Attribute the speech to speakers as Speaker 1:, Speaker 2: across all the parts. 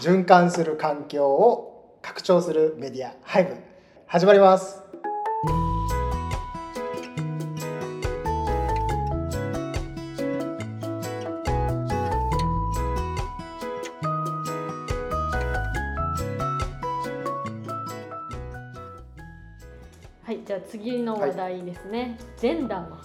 Speaker 1: 循環する環境を拡張するメディアハイブ始まります
Speaker 2: はい、じゃあ次の話題ですね。ジェンダーの話。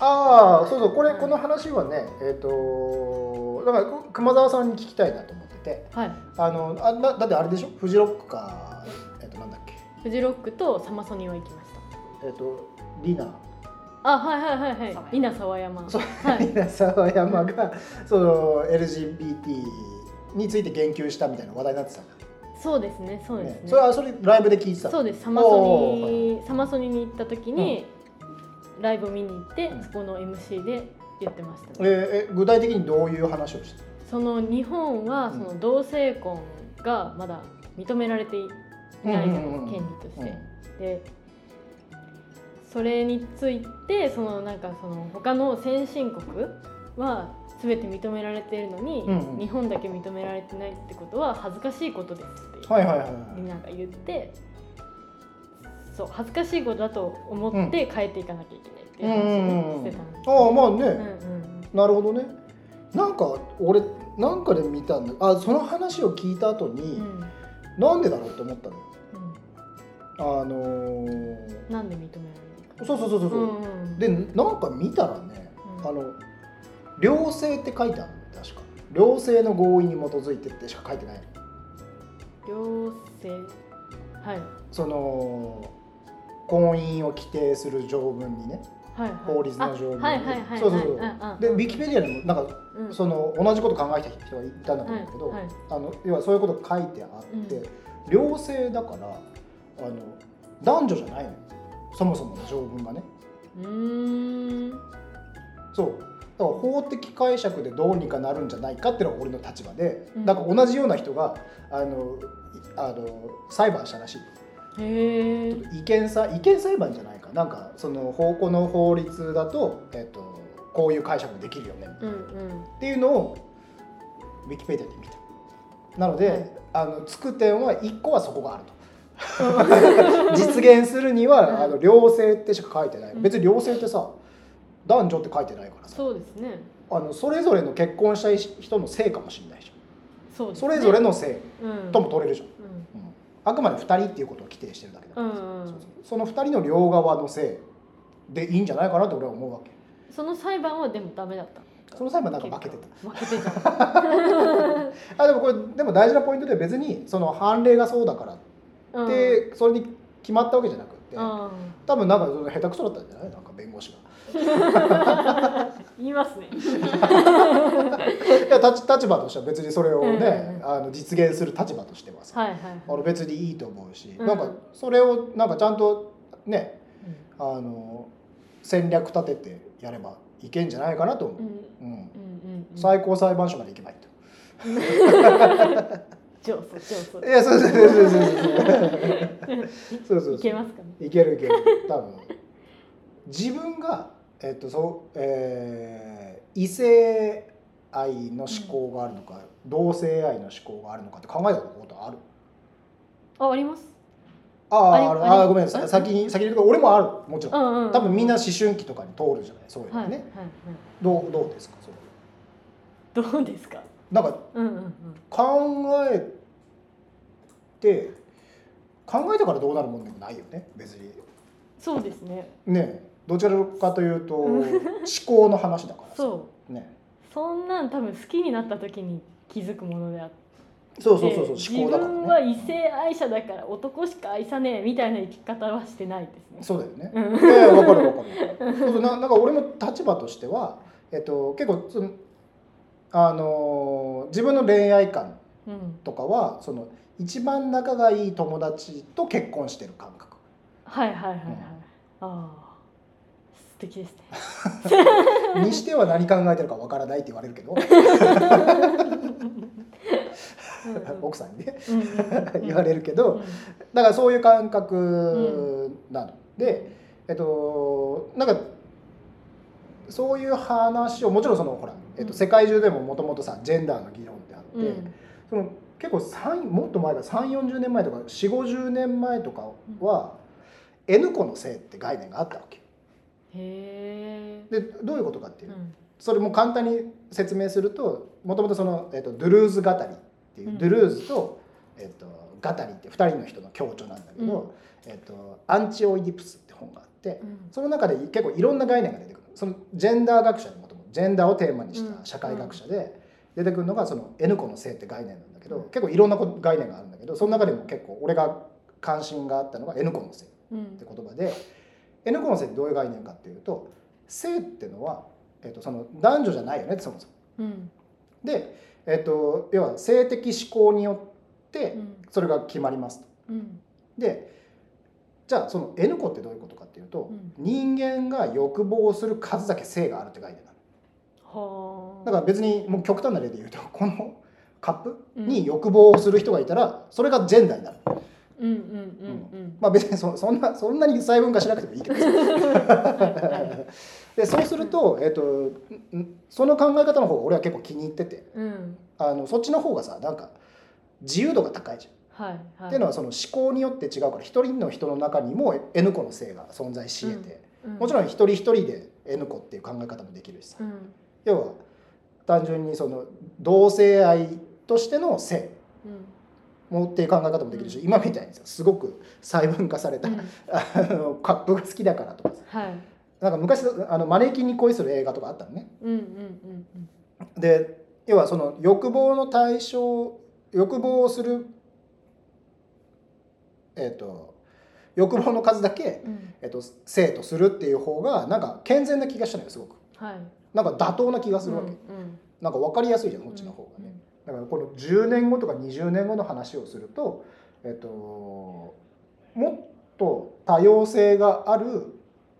Speaker 1: ああそうそうこれ、
Speaker 2: はい
Speaker 1: この話はねえっ、とだからく熊澤さんに聞きたいなと思ってて
Speaker 2: はい。
Speaker 1: あのあだだってあれでしょフジロックかえっ、となんだっけ
Speaker 2: フジロックとサマソニは行きました。
Speaker 1: えっ、とリナ
Speaker 2: あ、はいはいはいはい。稲沢山。
Speaker 1: そう
Speaker 2: はい。
Speaker 1: 皆沢山がその LGBT について言及したみたいな話題になってたんだ
Speaker 2: そうですね。そう
Speaker 1: ね
Speaker 2: ですね。
Speaker 1: それはそれライブで聞いてたの
Speaker 2: そうです。サマソ
Speaker 1: おー
Speaker 2: ニサマソニに行った時に、ライブ見に行って
Speaker 1: うん
Speaker 2: そこの MC で言ってました、
Speaker 1: えーえ具体的にどういう話をして
Speaker 2: その日本は
Speaker 1: う
Speaker 2: そ
Speaker 1: ん
Speaker 2: の同性婚がまだ認められていないじゃない、権利として。でそれについてそのなんかその他の先進国は全て認められているのに、
Speaker 1: うんうん
Speaker 2: 日本だけ認められてないってことは恥ずかしいことですって、
Speaker 1: はいはいはい
Speaker 2: みんなが言ってそう恥ずかしいことだと思って変えていかなきゃいけないっていう話をねしてたんです
Speaker 1: ああまあね、
Speaker 2: うんうんうん
Speaker 1: なるほどねなんか俺なんかで見たんだあその話を聞いた後に、
Speaker 2: うん
Speaker 1: なんでだろうって思ったのよ
Speaker 2: う
Speaker 1: あのー
Speaker 2: んなんで認められないか
Speaker 1: そうそうそうそうそう、
Speaker 2: うんうん
Speaker 1: でなんか見たらね、
Speaker 2: うん
Speaker 1: あの両性って書いてあるの確か両性の合意に基づいてってしか書いてないの
Speaker 2: 両性はい
Speaker 1: その婚姻を規定する条文にね
Speaker 2: はいはい、
Speaker 1: 法律の条文に、
Speaker 2: あはいはいはい
Speaker 1: そうそうそう、
Speaker 2: はいはい
Speaker 1: でウィキペディアにもなんか
Speaker 2: うん
Speaker 1: その同じこと考えた人がいたんだと思うけど、
Speaker 2: はいはい
Speaker 1: あの要はそういうこと書いてあって、
Speaker 2: うん
Speaker 1: 両性だからあの男女じゃないのよそもそもの条文がね
Speaker 2: うーん
Speaker 1: そうだから法的解釈でどうにかなるんじゃないかっていうのが俺の立場で、
Speaker 2: うん
Speaker 1: だから同じような人があのいあの裁判したらしい
Speaker 2: へえ
Speaker 1: 違憲さ違憲裁判じゃないかなんかその法この法律だと、えっと、こういう解釈もできるよね
Speaker 2: うんうん
Speaker 1: っていうのをウィキペディアで見たなので、
Speaker 2: はい
Speaker 1: あのつく点は1個はそこがあると 実現するには、
Speaker 2: うん
Speaker 1: あの両性ってしか書いてない、
Speaker 2: うん
Speaker 1: 別に両性ってさ男女って書いてないからさ
Speaker 2: そうですね
Speaker 1: あのそれぞれの結婚したい人の性かもしれないじ
Speaker 2: そ
Speaker 1: ゃ
Speaker 2: うで
Speaker 1: ん
Speaker 2: す
Speaker 1: そ
Speaker 2: ね
Speaker 1: れぞれの性
Speaker 2: うん
Speaker 1: とも取れるじゃん、
Speaker 2: うん
Speaker 1: うんあくまで2人っていうことを規定してるだけだか
Speaker 2: う
Speaker 1: ら、
Speaker 2: んうん
Speaker 1: そうそうその2人の両側の性でいいんじゃないかなって俺は思うわけ
Speaker 2: その裁判はでもダメだった
Speaker 1: その際もなんか負けてた
Speaker 2: 負けてた
Speaker 1: あでもこれでも大事なポイントで別にその判例がそうだから
Speaker 2: うん
Speaker 1: でそれに決まったわけじゃなくって
Speaker 2: うん
Speaker 1: 多分なんかその下手くそだったんじゃないなんか弁護 士が
Speaker 2: 言いますね
Speaker 1: いや立ち立場としては別にそれをね、
Speaker 2: うん
Speaker 1: あの実現する立場としてはさ、
Speaker 2: はいはいはい
Speaker 1: あの別にいいと思うし、
Speaker 2: うん
Speaker 1: なんかそれをなんかちゃんとね
Speaker 2: うん
Speaker 1: あの戦略立ててやればいけんじゃないかなと思う
Speaker 2: う、ん
Speaker 1: うん
Speaker 2: うんうんうん
Speaker 1: 最高裁判所まで行けばいいと。いやそうそうそうそうそうそう
Speaker 2: 上訴上
Speaker 1: そうそう
Speaker 2: 訴いけますかね
Speaker 1: いけるい ける多分自分が、えっとそうえー異性愛の思考があるのか、同性愛の思考があるのかって考えたことある
Speaker 2: ああります
Speaker 1: ああ
Speaker 2: あり
Speaker 1: ある
Speaker 2: あり
Speaker 1: あーごめんなさい
Speaker 2: あ
Speaker 1: 先に先に言うと俺もあるもち
Speaker 2: う
Speaker 1: ろん
Speaker 2: んうん
Speaker 1: 多分みんな思春期とかに通るじゃないそういう
Speaker 2: は
Speaker 1: の
Speaker 2: い
Speaker 1: ね、
Speaker 2: はいはい
Speaker 1: どうどうですかそれ
Speaker 2: どうですか
Speaker 1: なんか
Speaker 2: うんうんうん
Speaker 1: 考えて考えたからどうなるもんでもないよね別に
Speaker 2: そうですね
Speaker 1: ねどちらかというと思考の話だからさ
Speaker 2: そう
Speaker 1: ね
Speaker 2: そんなん多分好きになった時に気づくものであって
Speaker 1: そうそうそうそう思考
Speaker 2: 自
Speaker 1: だから、ね、
Speaker 2: 分は異性愛者だから男しか愛さねえみたいな生き方はしてないですね。
Speaker 1: そうだよね
Speaker 2: う、ん
Speaker 1: いやいやわかるわかるわかるそうそうななんか俺も立場としては、えっと、結構そのあのー自分の恋愛観
Speaker 2: うん、
Speaker 1: とかはその一番仲がいい友達と結婚してる感覚
Speaker 2: はいはいはいはい。
Speaker 1: うん
Speaker 2: ああ素敵 ですね。
Speaker 1: にしては何考えてるかわからないって言われるけど
Speaker 2: うん
Speaker 1: 奥さんにね
Speaker 2: うんうんうん
Speaker 1: 言われるけ
Speaker 2: うん
Speaker 1: どだからそういう感覚なので、えっとなんかそういう話をもちろんそのほら、えっと、
Speaker 2: うん
Speaker 1: 世界中でももともとさジェンダーの議論ってあって、
Speaker 2: うん
Speaker 1: その結構3もっと前から3 4 0年前とか4 5 0年前とかは N 個の性って概念があったわけよ
Speaker 2: へえ
Speaker 1: でどういうことかっていうう、
Speaker 2: ん
Speaker 1: それも簡単に説明するともともとその、えっとドゥルーズ語りっていう、
Speaker 2: うん
Speaker 1: ドゥルーズと,、えっと語りって2人の人の共著なんだけど、えっとアンチオイディプスって本があって
Speaker 2: うん
Speaker 1: その中で結構いろんな概念が出てくるそのジェンダー学者でもともジェンダーをテーマにした社会学者で出てくるのがその N 個の性って概念なんだけど、
Speaker 2: うん
Speaker 1: 結構いろんなこ概念があるんだけどその中でも結構俺が関心があったのが N 個の性。
Speaker 2: うん
Speaker 1: って言葉で N コンセってどういう概念かっていうと性ってのは、えっとその男女じゃないよねそもそも。
Speaker 2: うん
Speaker 1: で、えっと要は性的指向によって
Speaker 2: うん
Speaker 1: それが決まりますと。
Speaker 2: うん
Speaker 1: でじゃあその N コってどういうことかっていうと、
Speaker 2: うん
Speaker 1: 人間が欲望する数だけ性があるって概念なの。
Speaker 2: はあ
Speaker 1: だから別にもう極端な例で言うと このカップ
Speaker 2: うん
Speaker 1: に欲望をする人がいたらそれがジェンダーになる。
Speaker 2: うんうんうん
Speaker 1: まあ別にそそんなそんなに細分化しなくてもいいけどさ
Speaker 2: はい
Speaker 1: でそうすると,、えっとんんその考え方の方が俺は結構気に入ってて
Speaker 2: うんうん
Speaker 1: あのそっちの方がさなんか自由度が高いじゃん。
Speaker 2: はいはい
Speaker 1: っていうのはその思考によって違うから一人の人の中にも N 個の性が存在し得て、もちろん一人一人で N 個っていう考え方もできるしさ、
Speaker 2: うんうん
Speaker 1: 要は単純にその同性愛としての性
Speaker 2: うん
Speaker 1: もっていう考え方もできるし、今みたいにさすごく細分化された、
Speaker 2: うん
Speaker 1: あのカップが好きだからとかさ
Speaker 2: はい
Speaker 1: なんか昔あのマネキンに恋する映画とかあったのね。
Speaker 2: うんうんうんうん
Speaker 1: で要はその欲望の対象欲望をするえっ、と欲望の数だけ、
Speaker 2: うん
Speaker 1: えっと生とするっていう方がなんか健全な気がしたのよすごく
Speaker 2: はい
Speaker 1: なんか妥当な気がするわけ、
Speaker 2: うんうん
Speaker 1: なんか分かりやすいじゃんこっちの方がね、だからこの10年後とか20年後の話をするとえっ、ともっと多様性がある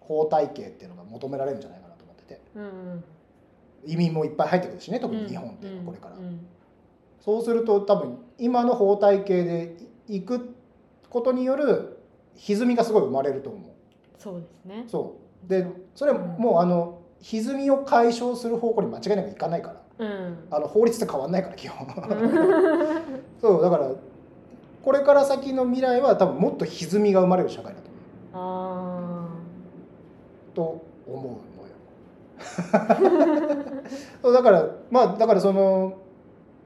Speaker 1: 法体系っていうのが求められるんじゃないかなと思ってて
Speaker 2: うんうん
Speaker 1: 移民もいっぱい入ってくるしね特
Speaker 2: うん
Speaker 1: に日本っていうのはこれから
Speaker 2: う。ん
Speaker 1: そうすると多分今の包帯系でいくことによる歪みがすごい生まれると思
Speaker 2: そうですね
Speaker 1: うそうでそれはもうあの歪みを解消する方向に間違いなくいかないから
Speaker 2: うん
Speaker 1: あの法律と変わんないから基本
Speaker 2: うん
Speaker 1: そうだからこれから先の未来は多分もっと歪みが生まれる社会だと
Speaker 2: あ
Speaker 1: 思うと思うのよ そうだからまあだからその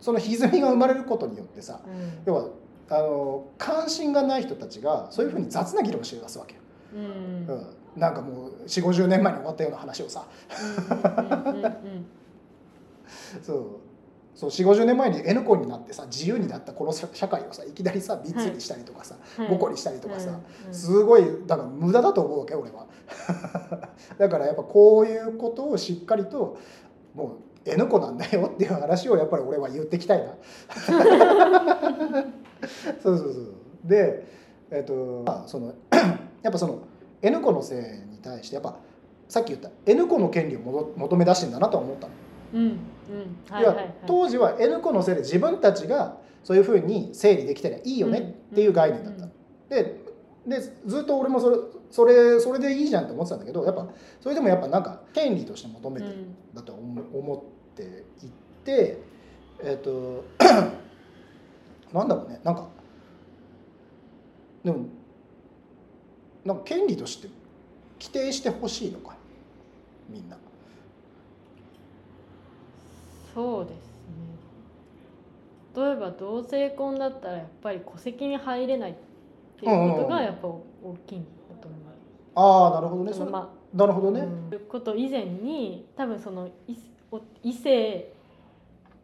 Speaker 1: その歪みが生まれることによってさ
Speaker 2: あうん
Speaker 1: 要はあの関心がない人たちがそういうふうに雑な議論をして出すわけよ、
Speaker 2: うんう
Speaker 1: う
Speaker 2: ん
Speaker 1: んなんかもう4 5 0年前に終わったような話をさ
Speaker 2: うん
Speaker 1: そうそう4 5 0年前に N 子になってさ自由になったこの社社会をさいきなりさ3つにしたりとかさ、5個に したりとかさ、すごいだから無駄だと思うわけ俺は だからやっぱこういうことをしっかりともう N 子なんだよっていう話をやっぱり俺は言っていきたい なそうそうそうでえっ、とまあその やっぱその N 子の性に対してやっぱさっき言った N 子の権利をもど求め出してんだなとは思ったの、
Speaker 2: うんうんはいはいは
Speaker 1: 要
Speaker 2: い
Speaker 1: は当時は N 子の性で自分たちがそういうふうに整理できたらいいよねっていう概念だったの、ででずっと俺もそれそれそれでいいじゃんって思ってたんだけどやっぱそれでもやっぱなんか権利として求
Speaker 2: う
Speaker 1: め
Speaker 2: ん
Speaker 1: てるんだと思,、思っていてえっ、と なんだろうねなんかでもなんか権利として規定してほしいのかみんな。
Speaker 2: そうですね例えば同性婚だったらやっぱり戸籍に入れないっていうこ
Speaker 1: うんう
Speaker 2: と
Speaker 1: んうん
Speaker 2: がやっぱ大きいんだと思う
Speaker 1: ああなるほどね
Speaker 2: そ
Speaker 1: そ
Speaker 2: の
Speaker 1: れ
Speaker 2: まあ
Speaker 1: なるほどね。
Speaker 2: ということ以前に多分その異お異性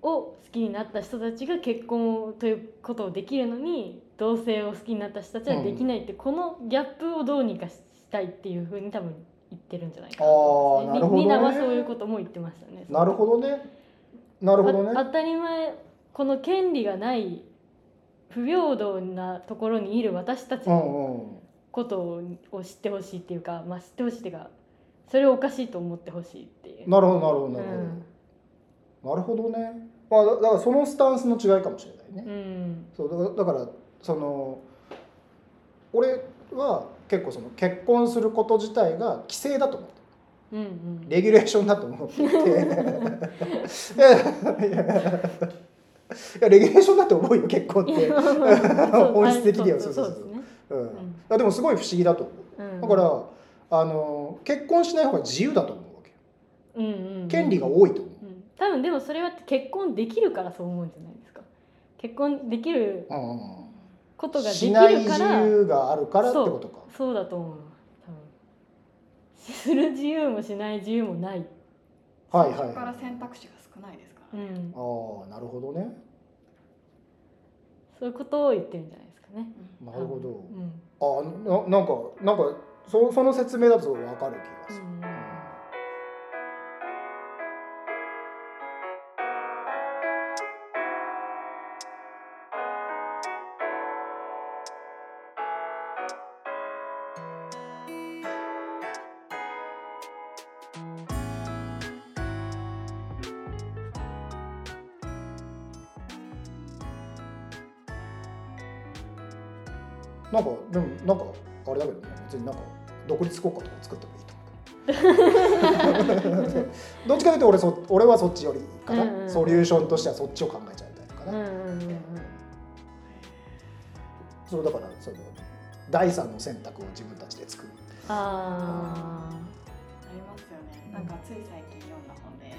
Speaker 2: を好きになった人たちが結婚ということをできるのに同性を好きになった人たちはできないって、このギャップをどうにかしたいっていうふうに多分言ってるんじゃないか
Speaker 1: ああ
Speaker 2: み
Speaker 1: なるほどね。
Speaker 2: みんなはそういうことも言ってましたね。
Speaker 1: なるほどね。なるほどね。
Speaker 2: あ当たり前この権利がない不平等なところにいる私たち
Speaker 1: う
Speaker 2: の
Speaker 1: んうん。
Speaker 2: ことを知ってほしいっていうか、まあ、知ってほしいっていうかそれをおかしいと思ってほしいっていう。
Speaker 1: なるほどなるほど
Speaker 2: う
Speaker 1: なるほど。
Speaker 2: ん
Speaker 1: なるほどね、まあ、だだからそのスタンスの違いかもしれないね、
Speaker 2: うん
Speaker 1: そうだからだからその俺は結構その結婚すること自体が規制だと思って
Speaker 2: うんうん、
Speaker 1: レギュレーションだと思っていていやいやいやレギュレーションだって思うよ結婚っ
Speaker 2: い
Speaker 1: て
Speaker 2: や、そう
Speaker 1: 本質的には
Speaker 2: あ
Speaker 1: そ
Speaker 2: そうう
Speaker 1: そそう
Speaker 2: そううですね。
Speaker 1: うんあでもすごい不思議だと思
Speaker 2: うん
Speaker 1: うだからあの結婚しない方が自由だと思うわけよ
Speaker 2: うんうんうん
Speaker 1: 権利が多いと思う
Speaker 2: うん多分でもそれは結婚できるからそう思うんじゃないですか結婚できる
Speaker 1: うんうんうん
Speaker 2: ことができ
Speaker 1: し
Speaker 2: る
Speaker 1: ない
Speaker 2: か
Speaker 1: 自
Speaker 2: ら
Speaker 1: 由があるからってことか
Speaker 2: そうだと思う多分する自由もしない自由もない、
Speaker 1: はい
Speaker 3: そ
Speaker 1: はい
Speaker 3: こから選択肢が少ないですか
Speaker 2: う
Speaker 3: ら、ね
Speaker 2: ん、
Speaker 1: ああなるほどね
Speaker 2: そういうことを言ってるんじゃないですかね
Speaker 3: うん
Speaker 1: なるほど
Speaker 2: うん
Speaker 1: あななんかなんかそその説明だと分かる気がする、
Speaker 2: うん
Speaker 1: なんかでもなんかあれだけどね別になんか独立国家とか作ってもいいと思う けどどっちかというと俺そ俺はそっちよりかな、
Speaker 2: うんうん
Speaker 1: ソリューションとしてはそっちを考えちゃうみたいなか
Speaker 2: うんう
Speaker 1: な、
Speaker 2: んうんうん
Speaker 1: そうだからその第三の選択を自分たちで作る
Speaker 2: あ
Speaker 3: ありますよね。なんかつい最近読んだ本で、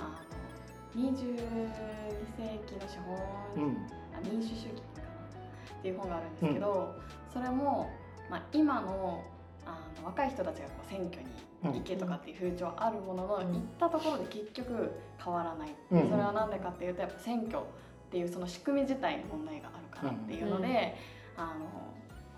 Speaker 3: あの22世紀の資
Speaker 1: う
Speaker 3: 本、
Speaker 1: ん
Speaker 3: あ民主主義かなっていう本があるんですけど、それもまあ今のあの若い人たちがこう選挙に行けとかっていう風潮あるものの、
Speaker 2: うん
Speaker 3: 行ったところで結局変わらない。
Speaker 1: うん
Speaker 3: それはなんでかっていうとやっぱ選挙っていうその仕組み自体に問題があるからっていうので、
Speaker 2: うん
Speaker 3: あの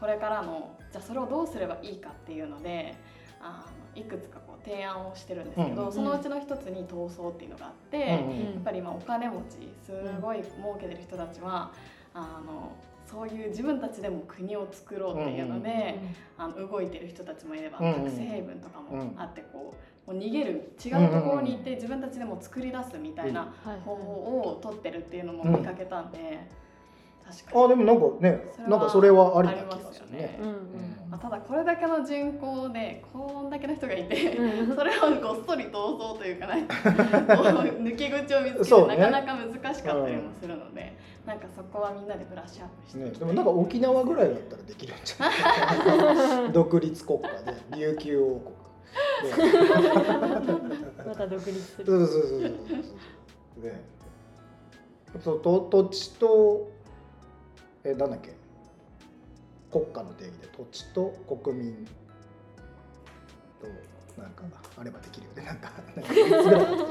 Speaker 3: これからのじゃあそれをどうすればいいかっていうのであのいくつかこう提案をしてるんですけど、
Speaker 1: うん
Speaker 3: そのうちの一つに闘争っていうのがあって、
Speaker 1: う
Speaker 3: やっ
Speaker 1: ん
Speaker 3: ぱり今お金持ちすごい儲けてる人たちはあのそういう自分たちでも国を作ろうっていうので。
Speaker 2: ー
Speaker 3: あの動いてる人たちもいれば、
Speaker 1: うん
Speaker 3: タックスヘイブンとかも
Speaker 1: うん
Speaker 3: あってこうもう逃げる違うところに行って自分たちでも作り出すみたいな
Speaker 2: はい
Speaker 3: 方
Speaker 2: は
Speaker 3: 法を取ってるっていうのも見かけたんで、確か
Speaker 1: あ
Speaker 3: に
Speaker 1: でもなんかね
Speaker 3: それは
Speaker 1: なんかそれはありな
Speaker 3: ありま
Speaker 1: 気が
Speaker 3: す
Speaker 1: す
Speaker 3: よ
Speaker 1: る
Speaker 3: ね
Speaker 1: ね
Speaker 2: いうん
Speaker 3: まあ、ただこれだけの人口でこんだけの人がいて
Speaker 2: う。んうん
Speaker 3: それをごっそり闘争というか なんかこう抜け口を見つけ
Speaker 1: そうね
Speaker 3: てなかなか難しかったりもするので、なんかそこはみんなでブラッシュアップしてい
Speaker 1: ね
Speaker 3: き
Speaker 1: で
Speaker 3: たい
Speaker 1: もなんか沖縄ぐらいだったらできるんじゃ ない独立国家で琉球王国で
Speaker 2: また独立す
Speaker 1: そ
Speaker 2: る
Speaker 1: うそうそうそうそうそう。ね。そうと土地とえなんだっけ国家の定義で土地と国民となんかあればできるよねなんかなんか三つぐらいあった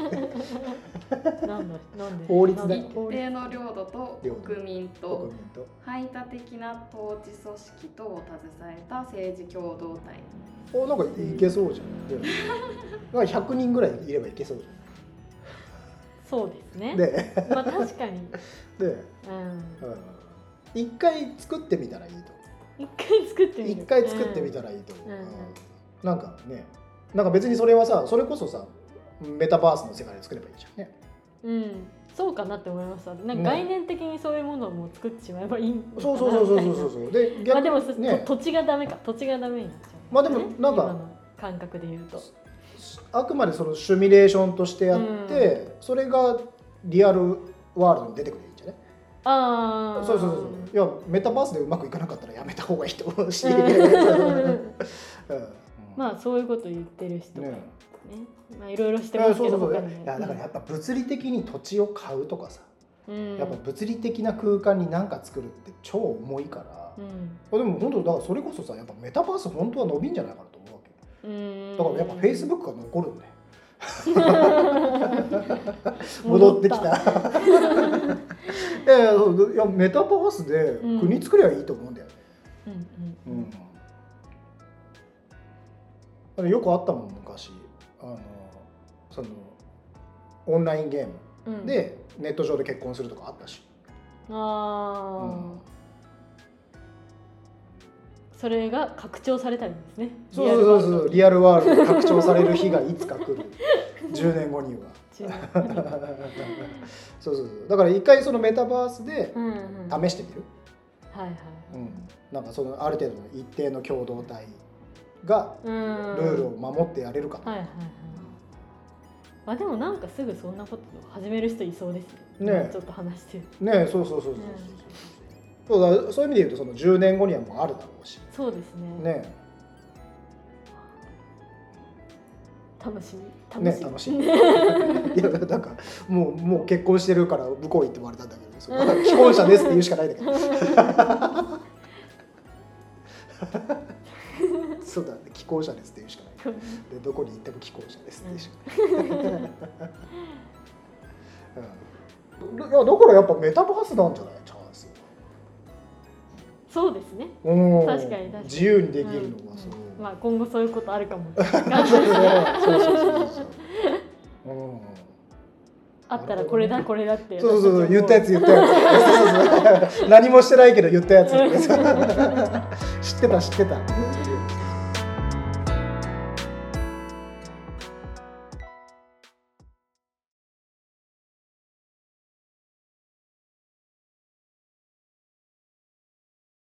Speaker 1: ね
Speaker 2: なんだなんで
Speaker 1: 法律だっけ
Speaker 2: なん法律
Speaker 3: 一定の領土と
Speaker 1: 領土
Speaker 3: 国民と
Speaker 1: 国民と。
Speaker 3: 排他的な統治組織等を携えた政治共同体
Speaker 1: おなんかいけそうじゃん。でもなんか100人ぐらいいればいけそうじ
Speaker 2: そうです
Speaker 1: ゃ
Speaker 2: ね
Speaker 1: ん。で
Speaker 2: まあ確かに
Speaker 1: で、
Speaker 2: う
Speaker 1: う
Speaker 2: ん
Speaker 1: ん、一回作ってみたらいいと思う。
Speaker 2: 一回作ってみる
Speaker 1: 一回作ってみたらいいと思う、
Speaker 2: うんうん
Speaker 1: なんかねなんか別にそれはさそれこそさメタバースの世界で作ればいいじゃんね、
Speaker 2: うん、そうかなって思いました。な
Speaker 1: ね
Speaker 2: んか概念的にそういうものをもう作ってしまえばいいのかな
Speaker 1: そうそうそうそうそうそう
Speaker 2: み
Speaker 1: そうで
Speaker 2: たいなまあでも、
Speaker 1: ね
Speaker 2: と土地がダメか土地がダメになっちゃう。
Speaker 1: まあでも
Speaker 2: ね
Speaker 1: なんか
Speaker 2: 今の感覚で言うと、
Speaker 1: あくまでそのシミュレーションとしてやって、それがリアルワールドに出てくればいいんじゃね
Speaker 2: ああ、
Speaker 1: そうそうそうそういやメタバースでうまくいかなかったらやめた方がいいと思うし、
Speaker 2: うん
Speaker 1: うん
Speaker 2: まあそういうこと言ってる人がね、
Speaker 1: ね
Speaker 2: まあいろいろして
Speaker 1: いや
Speaker 2: ます
Speaker 1: そう
Speaker 2: け
Speaker 1: そ
Speaker 2: ど、
Speaker 1: うそう
Speaker 2: 他
Speaker 1: い
Speaker 2: にも
Speaker 1: やだからやっぱ物理的に土地を買うとかさ、
Speaker 2: うん、
Speaker 1: やっぱ物理的な空間に何か作るって超重いから、
Speaker 2: うん、
Speaker 1: あでも本当だからそれこそさやっぱメタバース本当は伸びんじゃないかなと思うわけ
Speaker 2: うん、
Speaker 1: だからやっぱフェイスブックが残るんだよ
Speaker 2: ッ
Speaker 1: 戻ってきた いやいやそういやメタバースで国作りゃいいと思うんだよね、
Speaker 2: うんう
Speaker 1: うん
Speaker 2: ん
Speaker 1: だからよくあったもん昔あのそのオンラインゲーム
Speaker 2: うん、
Speaker 1: でネット上で結婚するとかあったし、
Speaker 2: あ
Speaker 1: う
Speaker 2: あ、
Speaker 1: ん
Speaker 2: それが拡張されたりですね。
Speaker 1: そうそうそうそうリアルワールドが拡張される日がいつか来る10年後には
Speaker 2: リアルワールド中
Speaker 1: そうそうそうだから一回そのメタバースで
Speaker 2: うんうん、はい
Speaker 1: 試してみる、
Speaker 2: はいはい。
Speaker 1: うん、なんかそのある程度の一定の共同体が
Speaker 2: うん
Speaker 1: ルールを守ってやれるかと、
Speaker 2: はいはいはい。まあでもなんかすぐそんなこと始める人いそうですね
Speaker 1: ねえ
Speaker 2: ちょっと話してる
Speaker 1: ねそうそうそうそうそうそう,、そうだそういう意味で言うとその10年後にはもうあるだろうし
Speaker 2: そうですね
Speaker 1: ね
Speaker 2: 楽しみ
Speaker 1: ね
Speaker 2: 楽
Speaker 1: 楽
Speaker 2: し
Speaker 1: しい
Speaker 2: み、
Speaker 1: いやなんかもうもう結婚してるから向こう行ってもられたんだけど その既婚者ですって言うしかないんだけどそうだね既婚者ですって言うしかないでどこに行っても既婚者ですって言うしかない、うんいやだからやっぱメタバースなんじゃないチャンスは
Speaker 2: そうですね
Speaker 1: うん
Speaker 2: 確かに確かに
Speaker 1: 自由にできるのが
Speaker 2: うん
Speaker 1: すごい、
Speaker 2: まあ今後そういうことあるかも
Speaker 1: そうそうそうそうそう。 うん。
Speaker 2: あったらこれだこれだって
Speaker 1: そうそうそう言ったやつ
Speaker 2: よ
Speaker 1: 言ったやつ。そうそうそう何もしてないけど言ったやつ。知ってた知ってた。